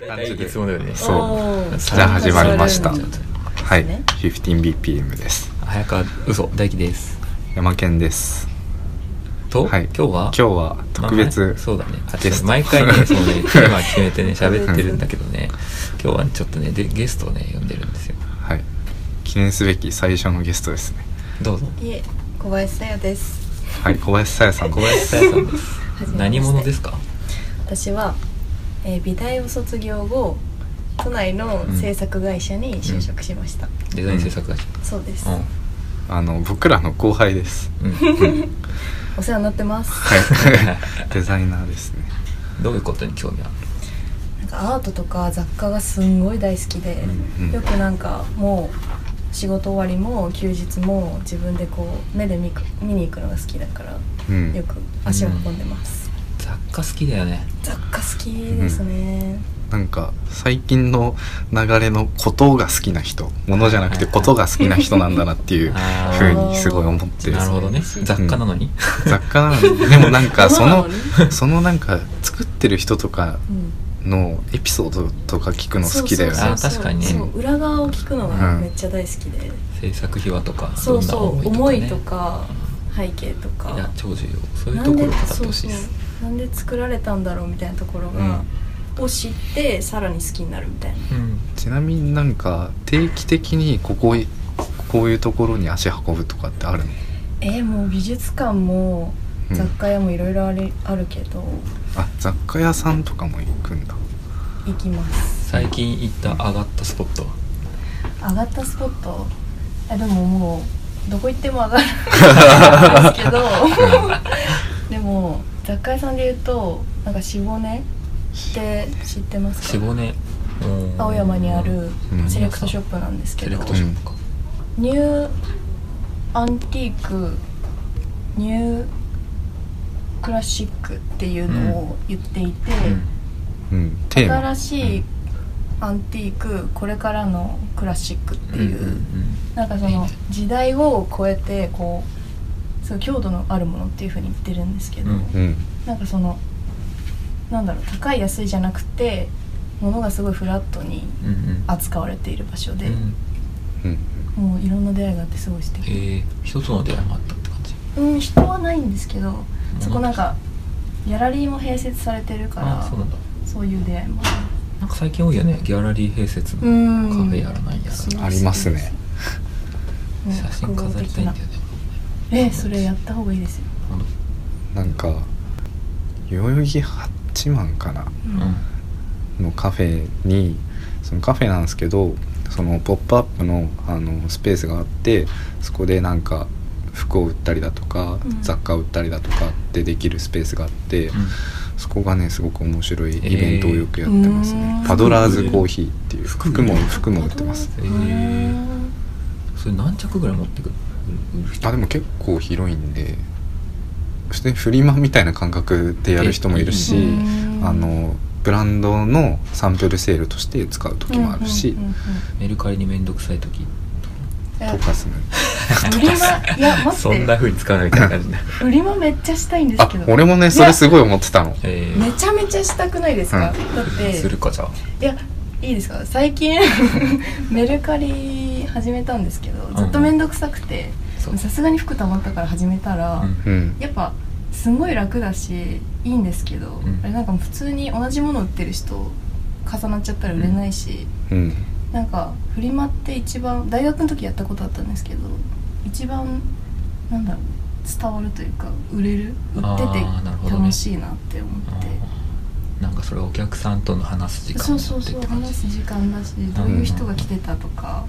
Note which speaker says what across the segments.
Speaker 1: 感じで。
Speaker 2: つものように
Speaker 3: そう
Speaker 4: じゃあ始まりました。
Speaker 3: そ
Speaker 4: は
Speaker 3: ういうの
Speaker 4: い、15BPM です。
Speaker 2: 早川嘘大輝です
Speaker 4: 山健です。
Speaker 2: と、
Speaker 4: はい、
Speaker 2: 今日は
Speaker 4: 今日は特
Speaker 2: まあ
Speaker 4: 別
Speaker 2: まあ、そうだねあ
Speaker 4: ゲスト
Speaker 2: 毎回ねそうねテーマ決めてね喋ってるんだけどね今日はちょっとねでゲストをね呼んでるんですよ
Speaker 4: はい、記念すべき最初のゲストですね。
Speaker 2: どうぞ
Speaker 3: いえ、小林さやです。
Speaker 4: はい、小林さやさん。
Speaker 2: 小林さやさんです
Speaker 3: はじめまして
Speaker 2: 何者ですか
Speaker 3: 私は、えー美大を卒業後、都内の制作会社に就職しました。
Speaker 2: デザイン制作会社
Speaker 3: そうです、
Speaker 4: あの僕らの後輩です。
Speaker 2: うん、うん、
Speaker 3: お世話になってま す。
Speaker 4: はい、デザイナーですね。
Speaker 2: どういうことに興味ある
Speaker 3: なんかアートとか雑貨がすんごい大好きで、
Speaker 4: うんうん
Speaker 3: よくなんかもう仕事終わりも休日も自分でこう目で見く見に行くのが好きだから、
Speaker 4: うん
Speaker 3: よく足を運んでます。
Speaker 2: 雑貨好きだよね
Speaker 3: 雑貨好きですね。
Speaker 4: なんか最近の流れのことが好きな人、ものじゃなくてことが好きな人なんだなって いう
Speaker 2: あ
Speaker 4: 風
Speaker 2: ー
Speaker 4: にすごい思って。
Speaker 2: なるほどね雑貨なのに、
Speaker 4: 雑貨なのにでもなん かその
Speaker 3: そう
Speaker 4: そのなんか作ってる人とか
Speaker 3: うん
Speaker 4: のエピソードとか聞くの好きだよね
Speaker 3: そうそうそ
Speaker 2: あ
Speaker 3: う
Speaker 2: 確かにね
Speaker 3: そう裏側を聞くの
Speaker 4: う
Speaker 3: が
Speaker 4: ん
Speaker 3: めっちゃ大好きで、
Speaker 2: 制作秘話とか
Speaker 3: そうそ
Speaker 2: どん
Speaker 3: う
Speaker 2: な
Speaker 3: 思
Speaker 2: 思
Speaker 3: い
Speaker 2: い
Speaker 3: と
Speaker 2: とか,、
Speaker 3: か背景と
Speaker 2: ね、いや
Speaker 3: か
Speaker 2: 長寿よそういう
Speaker 3: な
Speaker 2: と
Speaker 3: ん
Speaker 2: ころを
Speaker 3: で
Speaker 2: 語って
Speaker 3: そ
Speaker 2: ほ
Speaker 3: う
Speaker 2: しい
Speaker 3: そう
Speaker 2: です
Speaker 3: なんで作られたんだろうみたいなところが、を知ってさらに好きになるみたいな
Speaker 2: うん
Speaker 4: ちなみになんか定期的にここいこういうところに足運ぶとかってあるの
Speaker 3: えーもう美術館も
Speaker 4: うん
Speaker 3: 雑貨屋もいろいろあるあるけど
Speaker 4: あ雑貨屋さんとかも行くんだ
Speaker 3: 行きます
Speaker 2: 最近行った上がったスポットは
Speaker 3: 上がったスポットえでももうどこ行っても上がるんです けどでも雑貨屋さんで言うとなんか四五ねって知ってます
Speaker 2: 四
Speaker 3: か
Speaker 2: 五年うん
Speaker 3: 青山にある
Speaker 4: うん
Speaker 3: セレクトショップなんですけ
Speaker 2: セ
Speaker 3: ど
Speaker 2: レクトショップか、
Speaker 3: ニューアンティークニュークラシックっていうのを言っていて、
Speaker 4: うんテーマ
Speaker 3: 新しいアンティークこれからのクラシックっていう、なんかその時代を超えてこうすごい強度のあるものっていうふうに言ってるんですけど、
Speaker 2: うん
Speaker 4: うん
Speaker 3: なんかそのなんだろう高い安いじゃなくて物がすごいフラットに
Speaker 2: うんうん
Speaker 3: 扱われている場所で、
Speaker 2: うん
Speaker 4: うん
Speaker 3: もういろんな出会いがあってすごい素
Speaker 2: え
Speaker 3: 敵、
Speaker 2: ー、一つの出会いもあったって感じ
Speaker 3: うん人はないんですけどそこなんかギャラリーも併設されてるから
Speaker 2: あそうなんだ
Speaker 3: そういう出会いもある
Speaker 2: なんか最近多いよねギャラリー併設の
Speaker 3: うん
Speaker 2: カフェやらないやら
Speaker 3: そう
Speaker 2: 写
Speaker 4: ありますね
Speaker 3: もう
Speaker 2: 真飾りたいんだよね
Speaker 3: えそれやった方がいいですよ、
Speaker 2: ほんと
Speaker 4: なんか代々木八幡かな
Speaker 3: う
Speaker 2: うんん
Speaker 4: のカフェにそのカフェなんですけどそのポップアップのあのスペースがあってそこでなんか服を売ったりだとか、
Speaker 3: うん
Speaker 4: 雑貨を売ったりだとかってできるスペースがあって、そこがねすごく面白いイベントをよくやってますね、
Speaker 3: えー
Speaker 4: パドラーズコーヒーっていう
Speaker 2: 服
Speaker 4: 服
Speaker 2: も
Speaker 4: も服も売ってます
Speaker 3: へ
Speaker 2: へーそれ何着ぐらい持ってくる売る人
Speaker 4: あでも結構広いんで普通にフリマみたいな感覚でやる人もいるし、
Speaker 2: えいい
Speaker 3: うん
Speaker 4: あのブランドのサンプルセールとして使う時もあるし、
Speaker 3: うんうんうん
Speaker 2: メルカリに面倒くさい時
Speaker 3: うん
Speaker 4: 溶かすね
Speaker 3: 売り場いや 待って
Speaker 2: 風に使わないみたいな感じね
Speaker 3: 売り場めっちゃしたいんです
Speaker 4: あ
Speaker 3: けど
Speaker 4: 俺もねそれすごい思ってたの
Speaker 2: え
Speaker 3: めちゃめちゃしたくないですか、
Speaker 4: う
Speaker 3: だっ
Speaker 2: ー、す
Speaker 3: て
Speaker 2: るかじゃあ
Speaker 3: いやいいですか最近 メルカリ始めたんですけどずっと面倒くさくて
Speaker 2: そう
Speaker 3: さすがに服たまったから始めたら、
Speaker 2: うん
Speaker 4: うん
Speaker 3: やっぱすごい楽だしいいんですけど、
Speaker 2: ん
Speaker 3: あれなんか普通に同じもの売ってる人重なっちゃったら売れないし、
Speaker 4: うん
Speaker 3: なんかフリマって一番大学の時やったことあったんですけど一番なんだろう伝わるというか売れる売
Speaker 2: あ
Speaker 3: っ
Speaker 2: ー
Speaker 3: て
Speaker 2: なるほ
Speaker 3: て
Speaker 2: どね
Speaker 3: 楽しいなって思
Speaker 2: あ
Speaker 3: って、
Speaker 2: ーなんかそれお客さんとの話す時間
Speaker 3: そう
Speaker 2: にな
Speaker 3: そ
Speaker 2: っ
Speaker 3: う
Speaker 2: て
Speaker 3: そ
Speaker 2: っ
Speaker 3: う
Speaker 2: て感じ
Speaker 3: 話す時間だしどういう人が来てたとか、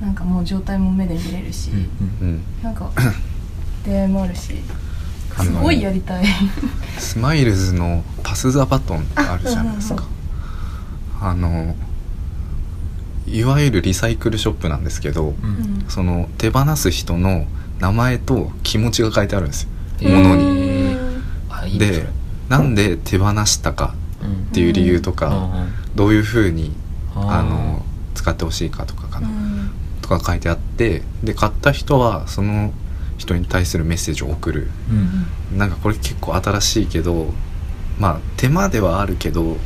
Speaker 3: なんかもう状態も目で見れるし、
Speaker 2: うん
Speaker 4: う
Speaker 2: うん
Speaker 4: ん
Speaker 3: な んか出会いもあるし
Speaker 4: あの
Speaker 3: すごいやりたい
Speaker 4: スマイルズの「パス・ザ・バトン」ってあるじゃないですかあのいわゆるリサイクルショップなんですけど
Speaker 2: うん
Speaker 3: うん
Speaker 4: その手放す人の名前と気持ちが書いてあるんですよ
Speaker 2: えー
Speaker 4: 物
Speaker 3: う
Speaker 4: に
Speaker 3: ん
Speaker 2: あいいねそ
Speaker 4: で
Speaker 2: れ
Speaker 4: なんで手放したか
Speaker 2: うん
Speaker 4: っていう理由とか、
Speaker 2: あ
Speaker 4: どういうふうに
Speaker 2: ー
Speaker 4: あの使ってほしいかとかか
Speaker 3: う
Speaker 4: な、
Speaker 3: ん
Speaker 4: とか書いてあってで買った人はその人に対するメッセージを送る
Speaker 2: うん
Speaker 4: なんかこれ結構新しいけどまあ手間ではあるけど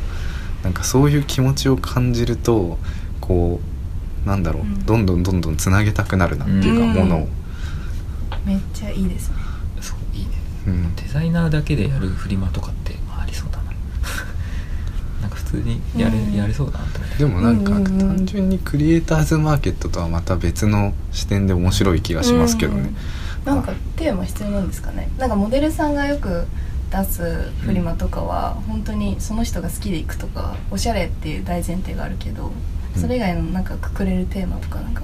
Speaker 4: なんかそういう気持ちを感じるとこうなんだろう、
Speaker 3: うん
Speaker 4: どんどんどんどんつなげたくなるなっていうか、
Speaker 3: うん
Speaker 4: ものを、
Speaker 3: めっちゃいいですね
Speaker 2: そういいね
Speaker 4: うん、
Speaker 2: デザイナーだけでやるフリマとかってありそうだな なんか普通にやれ,、
Speaker 3: うん
Speaker 2: やれそうだなと思って
Speaker 4: でもなんか
Speaker 3: うんうんうん
Speaker 4: 単純にクリエイターズマーケットとはまた別の視点で面白い気がしますけどね、
Speaker 3: うんなんかテーマ必要なんですかねなんかモデルさんがよく出すフリマとかは、本当にその人が好きで行くとかおしゃれっていう大前提があるけど
Speaker 4: うん
Speaker 3: それ以外のなんかくくれるテーマとかなんか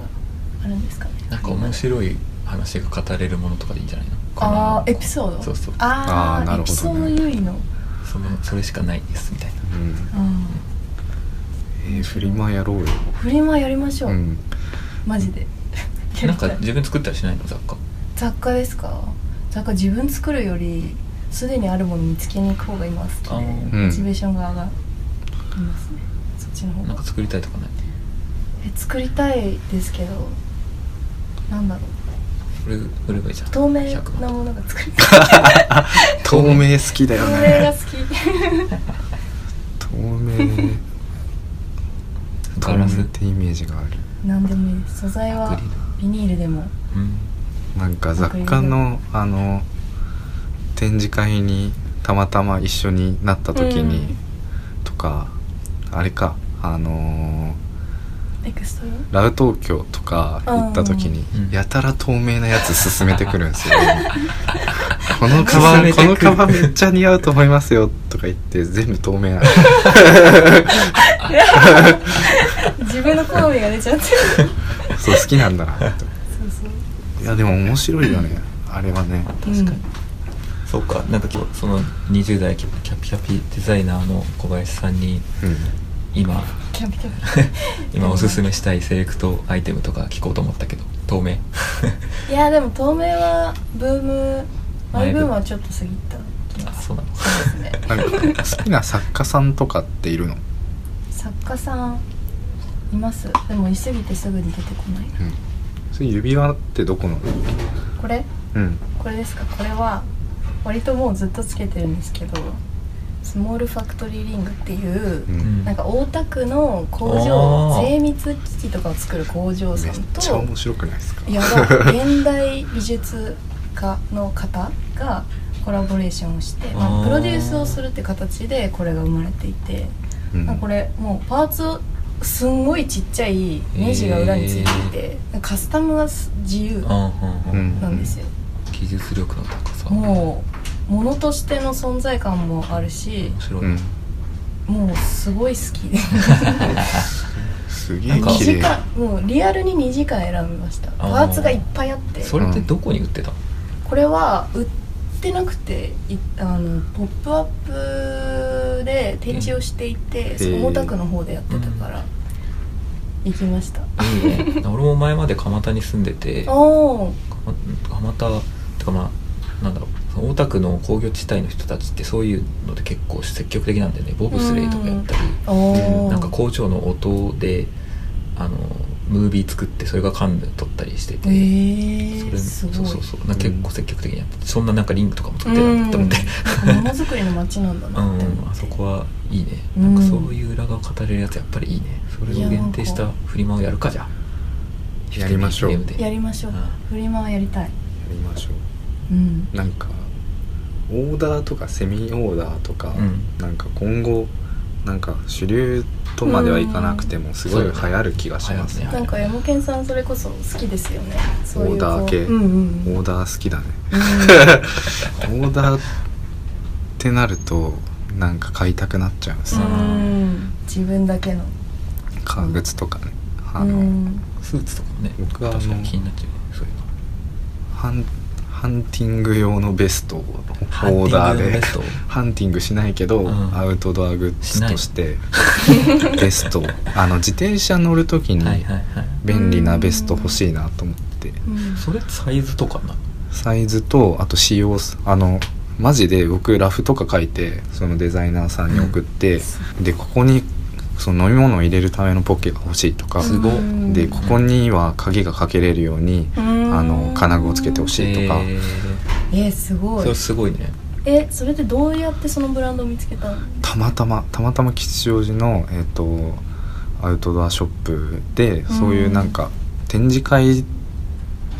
Speaker 3: あるんですかね
Speaker 2: なんか面白い話が語れるものとかでいいんじゃないのこの
Speaker 3: ああーエピソード
Speaker 2: そうそう
Speaker 3: あ
Speaker 4: あー
Speaker 3: あ
Speaker 4: なるほどね
Speaker 3: エピソード優位の、
Speaker 2: そのそれしかないですみたい
Speaker 4: う
Speaker 2: な
Speaker 4: ん
Speaker 3: うん、
Speaker 4: えーフリマやろうよ、
Speaker 3: フリマやりましょ
Speaker 4: う
Speaker 3: う、
Speaker 4: ん、
Speaker 3: マジ で
Speaker 2: な
Speaker 3: やり
Speaker 2: んか
Speaker 3: たい
Speaker 2: 自分作ったりしないの雑貨
Speaker 3: 雑貨ですか雑貨自分作るよりすでにあるもの見つけに行く方が今好き
Speaker 2: あ
Speaker 3: で
Speaker 2: ー
Speaker 4: うん
Speaker 3: モチベーションが上がりますねそっちの方
Speaker 2: なんか
Speaker 3: が
Speaker 2: 作りたいとかない
Speaker 3: え作りたいですけどなんだろう
Speaker 2: それ売ればいいじゃん
Speaker 3: 透明
Speaker 2: 100
Speaker 3: な
Speaker 2: 万
Speaker 3: ものが作りたい
Speaker 4: 透明好きだ
Speaker 3: 透
Speaker 4: よ
Speaker 3: 明が
Speaker 4: ね
Speaker 3: 好き
Speaker 4: 透明
Speaker 2: ガラス
Speaker 4: 透明ってイメージがある
Speaker 3: 何でもいいです素材
Speaker 2: ア
Speaker 3: は
Speaker 2: クリル
Speaker 3: ビニールでも
Speaker 2: うん
Speaker 4: なんか雑貨のあの展示会にたまたま一緒になった時に、
Speaker 3: うん
Speaker 4: とかあれかあの
Speaker 3: エクスト
Speaker 4: ーラウ東京とか行った時に
Speaker 2: うん
Speaker 4: やたら透明なやつ勧めてくるんです よこのカバンこのカバンめっちゃ似合うと思いますよとか言って全部透明 なの
Speaker 3: ラ自分の好みが出ちゃってる
Speaker 4: そう好きなんだなと
Speaker 3: そうそう
Speaker 4: いやでも面白いよねあれはね
Speaker 2: 確かにそうかなんか今日その20代キャキャピキャピデザイナーの小林さんに
Speaker 4: うん
Speaker 2: 今
Speaker 3: キャピキャピ
Speaker 2: 今おすすめしたいセレクトアイテムとか聞こうと思ったけど透 明
Speaker 3: いやでも透明はブームマイブームはちょっと過ぎた気
Speaker 2: あ
Speaker 3: がす
Speaker 2: そうなの
Speaker 3: る
Speaker 4: な
Speaker 3: ね
Speaker 4: んか好きな作家さんとかっているの、
Speaker 3: 作家さんいますでもいすぎてすぐに出てこない
Speaker 4: うん、それ指輪ってどこの
Speaker 3: これ
Speaker 4: うん
Speaker 3: これですかこれは割ともうずっとつけてるんですけどスモールファクトリーリングっていう、
Speaker 4: うん
Speaker 3: なんか大田区の工
Speaker 2: あ
Speaker 3: 場
Speaker 2: ー
Speaker 3: 精密機器とかを作る工場
Speaker 4: め
Speaker 3: さ
Speaker 4: っ
Speaker 3: ん
Speaker 4: ちゃ
Speaker 3: と
Speaker 4: 面白くないですか
Speaker 3: やばい現代美術家の方がコラボレーションをして、ま
Speaker 2: あ
Speaker 3: あ、
Speaker 2: ー
Speaker 3: プロデュースをするって形でこれが生まれていて、
Speaker 4: うん
Speaker 3: なんかこれもうパーツをすんごいちっちゃいネジが裏についていて、カスタムが自
Speaker 2: う
Speaker 3: 由
Speaker 2: んうんう
Speaker 4: うんん
Speaker 3: なんですよ、
Speaker 2: 技術力の高さ
Speaker 3: もう物としての存在感もあるし
Speaker 2: 面白い、
Speaker 4: うん
Speaker 3: もうすごい好 きで
Speaker 4: すげ
Speaker 2: な
Speaker 4: え
Speaker 2: んか
Speaker 3: 2
Speaker 4: 綺
Speaker 3: 時
Speaker 4: 麗
Speaker 3: 間もうリアルに2時間選びましたパ
Speaker 2: あー
Speaker 3: ーツがいっぱいあって
Speaker 2: それってどこに売ってたの、
Speaker 3: これは売ってなくていあの「ポップアップで展示をしていて、
Speaker 4: ん
Speaker 3: その大田区の方でやってたから、行きました
Speaker 2: いいね俺も前まで蒲田に住んで て蒲
Speaker 3: おー
Speaker 2: 蒲田てかまあなんだろうその大田区の工業地帯の人たちってそういうので結構積極的なんだよねボブスレーとかやったり、
Speaker 3: おー
Speaker 2: なんか工場の音であのムービー作ってそれがカンヌ撮ったりしてて、
Speaker 3: えー、
Speaker 2: そ
Speaker 3: すごい
Speaker 2: そうそうそうなんか結構積極的にやっててそんななんかリングとかも作って
Speaker 3: うん
Speaker 2: るなって思って
Speaker 3: なんかものづくりの街なん だ
Speaker 2: う
Speaker 3: なって思っ
Speaker 2: ん、
Speaker 3: て、
Speaker 2: あそこはいいね
Speaker 3: う
Speaker 2: なんんかそういう裏側語れるやつやっぱりいいねそれを限定し
Speaker 3: いや
Speaker 2: た
Speaker 3: なん
Speaker 2: フリマをやるかじゃあ
Speaker 4: やりましょう
Speaker 2: ゲームで
Speaker 3: やりましょう、
Speaker 2: うん
Speaker 3: フリマはやりたい
Speaker 4: やりましょ
Speaker 3: うん
Speaker 4: うなんかオーダーとかセミオーダーとか、
Speaker 2: うん
Speaker 4: なんか今後なんか主流とまではいかなくてもすごい流行る気がしますね
Speaker 2: うん
Speaker 3: なんか山健さんそれこそ好きですよねそういう
Speaker 4: オーダー系
Speaker 3: こううんうんうん
Speaker 4: オーダー好きだね
Speaker 3: うん
Speaker 4: オーダーってなるとなんか買いたくなっちゃうんですよ、
Speaker 3: うん自分だけの
Speaker 4: 革靴とかねあ
Speaker 3: う
Speaker 4: の、
Speaker 3: ん
Speaker 2: スーツとかもね
Speaker 4: 僕はあの
Speaker 2: 確かに気になっちゃうねそういうの
Speaker 4: ハンハンティング用のベストをオ
Speaker 2: ハンティング
Speaker 4: ーダー
Speaker 2: 用の
Speaker 4: で
Speaker 2: ベスト
Speaker 4: ハンティングしないけど、
Speaker 2: うん
Speaker 4: アウトドアグッ
Speaker 2: し
Speaker 4: ズ
Speaker 2: ない
Speaker 4: としてベストあの自転車乗る時
Speaker 2: はい
Speaker 4: に
Speaker 2: はいはい
Speaker 4: 便利なベスト欲しいなと思って
Speaker 3: うん
Speaker 2: それサイズとかな
Speaker 4: サイズとあと仕様すあのマジで僕ラフとか書いてそのデザイナーさんに送って、でここにその飲み物を入れるためのポッケが欲しいとか、
Speaker 2: すごい
Speaker 3: うん
Speaker 4: でここには鍵がかけれるように、
Speaker 3: うん
Speaker 4: あの金具をつけてほしいとか、
Speaker 2: えー
Speaker 3: えーすごい
Speaker 2: それすごいね
Speaker 3: えそれってどうやってそのブランドを見つけたの
Speaker 4: たまたまたまたま吉祥寺の、えっとアウトドアショップでそういうなんか展示会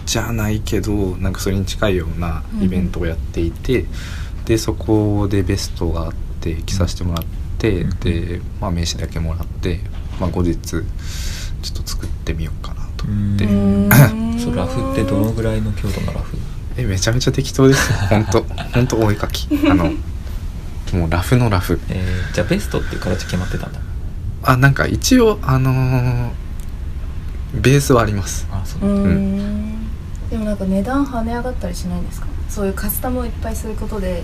Speaker 4: じゃないけどなんかそれに近いようなイベントをやっていて、でそこでベストがあって着させてもらって、
Speaker 2: うん
Speaker 4: で、まあ、名刺だけもらって、まあ、後日ちょっと作ってみようかなと思って、
Speaker 2: うーん そううラフってどのぐらいの強度のラフ
Speaker 4: えめちゃめちゃ適当ですよ本当本当お絵かきあのもうラフのラフ
Speaker 2: えーじゃあベストっていう形決まってたんだ
Speaker 4: あなんか一応あのーベースはあります
Speaker 2: あそう
Speaker 3: うー
Speaker 2: なんだ
Speaker 3: ん
Speaker 4: う
Speaker 3: でもなんか値段跳ね上がったりしないんですかそういうカスタムをいっぱいすることで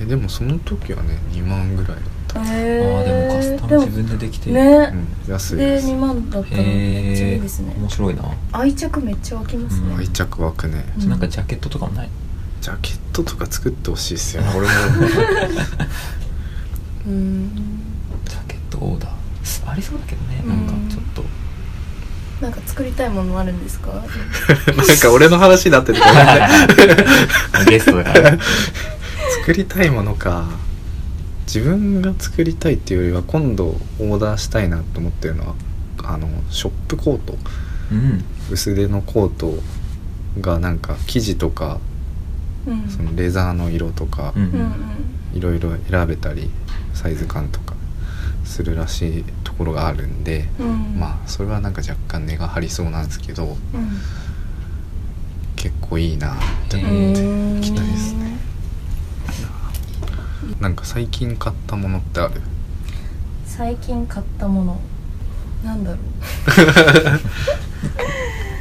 Speaker 4: うん、えでもその時はね2万ぐらいだった、
Speaker 2: あ
Speaker 3: え
Speaker 2: ーでもカスタム自分でできて
Speaker 4: う
Speaker 3: ね、
Speaker 4: ん、安いで
Speaker 3: です2万だったのめっちゃい
Speaker 2: へ
Speaker 3: いですね
Speaker 2: ー面白いな
Speaker 3: 愛着めっちゃ湧きますね、
Speaker 2: うん
Speaker 4: 愛着湧くね
Speaker 3: うん
Speaker 2: なんかジャケットとかもない
Speaker 4: ジャケットとか作ってほしいっ すよね 俺も
Speaker 3: うーん
Speaker 2: ジャケットオーダーありそうだけどねなんかちょっと
Speaker 3: なんか作りたいものあるんですか
Speaker 4: なんか俺の話になってるから
Speaker 2: ゲストだから
Speaker 4: 作りたいものか自分が作りたいっていうよりは今度オーダーしたいなと思ってるのはあのショップコート
Speaker 2: うん
Speaker 4: 薄手のコートがなんか生地とか
Speaker 3: うん
Speaker 4: そのレザーの色とか、
Speaker 2: うん
Speaker 3: うんうん
Speaker 4: いろいろ選べたりサイズ感とかするらしいところがあるんで、
Speaker 3: うん
Speaker 4: まあそれはなんか若干根が張りそうなんですけど
Speaker 3: うん
Speaker 4: 結構いいなって
Speaker 2: え
Speaker 4: 思
Speaker 2: ー
Speaker 4: っ
Speaker 2: う
Speaker 4: て
Speaker 3: うん
Speaker 4: 行きたいですね、なんか最近買ったものってある
Speaker 3: 最近買ったものなんだろ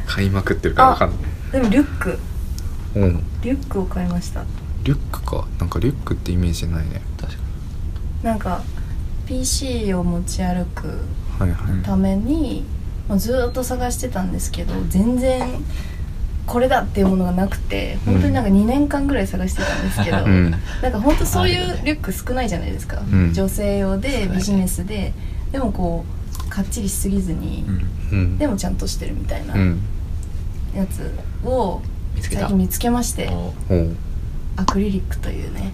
Speaker 4: 買いまくってるからわかんないう
Speaker 3: でもリュック
Speaker 4: うん
Speaker 3: リュックを買いました
Speaker 4: リュックかなんかリュックってイメージないね
Speaker 2: 確か
Speaker 3: なんか PC を持ち歩く
Speaker 4: はいはい、
Speaker 3: ために、まあ、ずーっと探してたんですけど全然これだっていうものがなくて本当になんか2年間ぐらい探してたんですけど、
Speaker 4: うん
Speaker 3: なんか本当そうい
Speaker 2: あるよね
Speaker 3: うリュック少ないじゃないですか、
Speaker 4: うん
Speaker 3: 女性
Speaker 2: 少ない
Speaker 3: 用で
Speaker 2: ね
Speaker 3: ビジネスで、でもこうかっちりしすぎずに
Speaker 2: に、うん
Speaker 4: うん
Speaker 3: でもちゃんとしてるみたいな
Speaker 4: うん
Speaker 3: やつを
Speaker 2: 見つけ
Speaker 3: 最
Speaker 2: た
Speaker 3: 近見つけまして
Speaker 2: お
Speaker 4: ほう
Speaker 3: アクリリックというね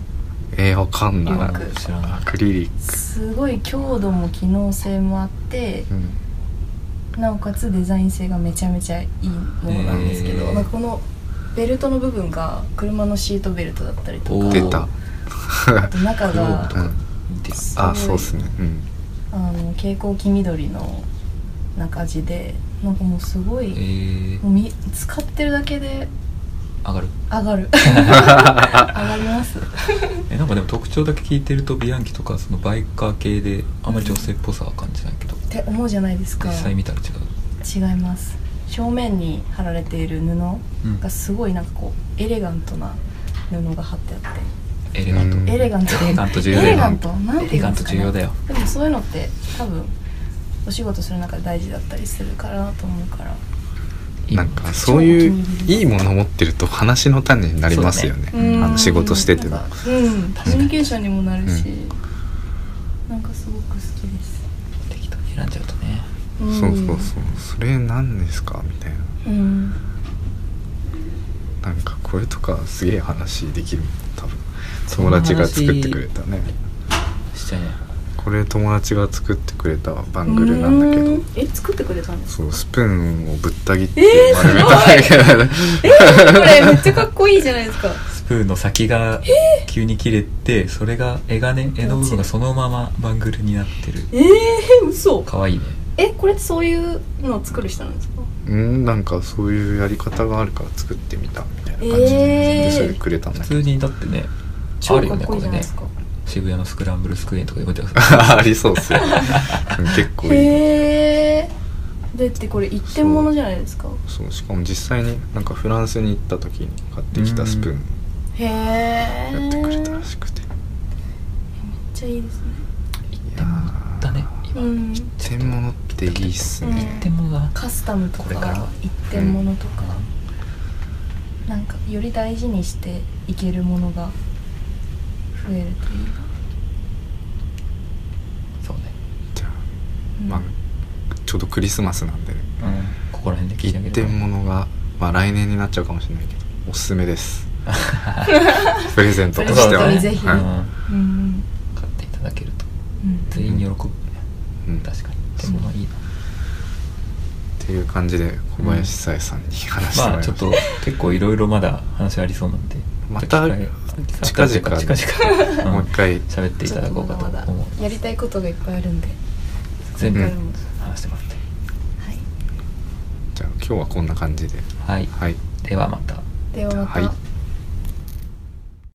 Speaker 4: えー、わかんない
Speaker 3: リュッ
Speaker 2: ー知らな
Speaker 4: ア
Speaker 2: い
Speaker 4: クリリッ
Speaker 3: すごい強度も機能性もあって
Speaker 4: ク、うん、
Speaker 3: なおかつデザイン性がめちゃめちゃいいものなんですけど、
Speaker 2: へー
Speaker 3: まあこのベルトの部分が車のシートベルトだったりと
Speaker 2: お
Speaker 3: か
Speaker 2: ー
Speaker 4: 出た、
Speaker 3: あと中
Speaker 2: グロー
Speaker 3: が
Speaker 2: ブと
Speaker 4: う
Speaker 2: か
Speaker 4: ん、
Speaker 2: 出た
Speaker 4: あそうっすねうん
Speaker 3: あの蛍光黄緑の中地でなんかもうすご
Speaker 2: え
Speaker 3: い、
Speaker 2: ー
Speaker 3: もうみ使ってるだけで
Speaker 2: 上がる
Speaker 3: 上 がる上がります
Speaker 2: えなんかでも特徴だけ聞いてるとビアンキとかそのバイカー系であんまり女性っぽさは感じないけど
Speaker 3: って思うじゃないですか
Speaker 2: 実際見たら違う
Speaker 3: 違います正面に貼られている
Speaker 2: うん
Speaker 3: 布がすごいなんかこうエレガントな布が貼ってあって、
Speaker 2: エレガント
Speaker 4: うん
Speaker 3: エレガント
Speaker 2: エレガント重要
Speaker 3: エ
Speaker 2: だよ
Speaker 3: レガントなんて言うんですか、ね、
Speaker 2: エレガント重要だよ
Speaker 3: でもそういうのって多分お仕事する中で大事だったりするからなと思うから
Speaker 4: なんかそうい
Speaker 3: 超お
Speaker 4: う
Speaker 3: 気に入り
Speaker 4: いいもの持ってると話の種になりますよね
Speaker 2: そうねうん
Speaker 4: あの仕事してても
Speaker 3: なんかうん
Speaker 2: か
Speaker 3: コ
Speaker 2: に
Speaker 3: ミュニケーションにもなるし、
Speaker 4: う
Speaker 3: なんかすごく好きです
Speaker 2: 適当に選んじゃうとね
Speaker 4: そう
Speaker 3: うん
Speaker 4: そうそうそれ何ですかみたい
Speaker 3: うん
Speaker 4: ななんかこれとかすげえ話できる多分友達が作ってくれたね
Speaker 2: しちゃいない
Speaker 4: これ友達が作ってくれたバングルなんだけ
Speaker 3: う
Speaker 4: ど
Speaker 3: んえ作ってくれたんです
Speaker 4: そ
Speaker 3: か
Speaker 4: うスプーンをぶった切って
Speaker 3: えー
Speaker 4: 丸めたんだけど、
Speaker 3: えー、これめっちゃかっこいいじゃないですか
Speaker 2: スプーンの先が急に切れてそれが絵がね絵の部分がそのままバングルになってる
Speaker 3: えー、嘘
Speaker 2: かわいいね
Speaker 3: えこれってそういうのを作る人なんですか
Speaker 4: うんなんかそういうやり方があるから作ってみたみたいな感じで,、
Speaker 3: えー
Speaker 4: それくれたんだ
Speaker 2: 普
Speaker 4: けど
Speaker 2: 通にだってね
Speaker 3: 超
Speaker 2: ある
Speaker 3: か
Speaker 2: よ
Speaker 3: っ
Speaker 2: ね
Speaker 3: こ
Speaker 2: こ
Speaker 3: いいじ
Speaker 2: れ
Speaker 3: ゃない
Speaker 2: ね
Speaker 3: ですか
Speaker 2: 渋谷のスクランブルスクエアとかでこうやって
Speaker 4: ありそうっすようん結構いい
Speaker 3: へえだってこれ一点物じゃないですか
Speaker 4: そうしかも実際になんかフランスに行った時に買ってきたスプーン
Speaker 3: へえ
Speaker 4: やってくれた
Speaker 3: めっ
Speaker 4: らしくて、
Speaker 3: ちゃいいですね
Speaker 4: いやー
Speaker 2: だね
Speaker 3: うん
Speaker 4: 天物っていいっすね、
Speaker 2: でもな
Speaker 3: カスタムと
Speaker 2: これから
Speaker 3: か一点物とか、なんかより大事にしていけるものが増えるといいな
Speaker 2: そうね、
Speaker 4: じゃあ、
Speaker 3: うん
Speaker 4: まあちょうどクリスマスなんでね
Speaker 2: うん、ここら辺で聞い
Speaker 4: 一
Speaker 2: てあげれば
Speaker 4: 点物が、まあ、来年になっちゃうかもしれないけどおすすめですプレゼントとしては
Speaker 3: プレ
Speaker 4: ね
Speaker 3: ゼントにぜひ
Speaker 4: はい
Speaker 3: うん
Speaker 2: 買っていただけると
Speaker 3: うん
Speaker 2: 全員喜ぶね、
Speaker 4: うん
Speaker 2: 確かにでもいいな
Speaker 4: っていう感じで小林さえさんに話しても
Speaker 2: ま
Speaker 4: ら
Speaker 2: あ
Speaker 4: い
Speaker 2: ちょ
Speaker 4: ま
Speaker 2: っ
Speaker 4: した、
Speaker 2: と結構いろいろまだ話ありそうなんで
Speaker 4: また
Speaker 2: 近々
Speaker 4: 近々
Speaker 2: 近々
Speaker 4: もう一回
Speaker 2: うん喋っていただこうかと
Speaker 3: ちょ
Speaker 2: 思
Speaker 3: っ
Speaker 2: う
Speaker 3: まだまだやりたいことがいっぱいあるんで
Speaker 2: 全部
Speaker 4: うん
Speaker 2: 話してもらって
Speaker 3: はい
Speaker 4: じゃあ今日はこんな感じで
Speaker 2: はい、
Speaker 4: はい
Speaker 2: ではまた
Speaker 3: ではまた、
Speaker 4: はい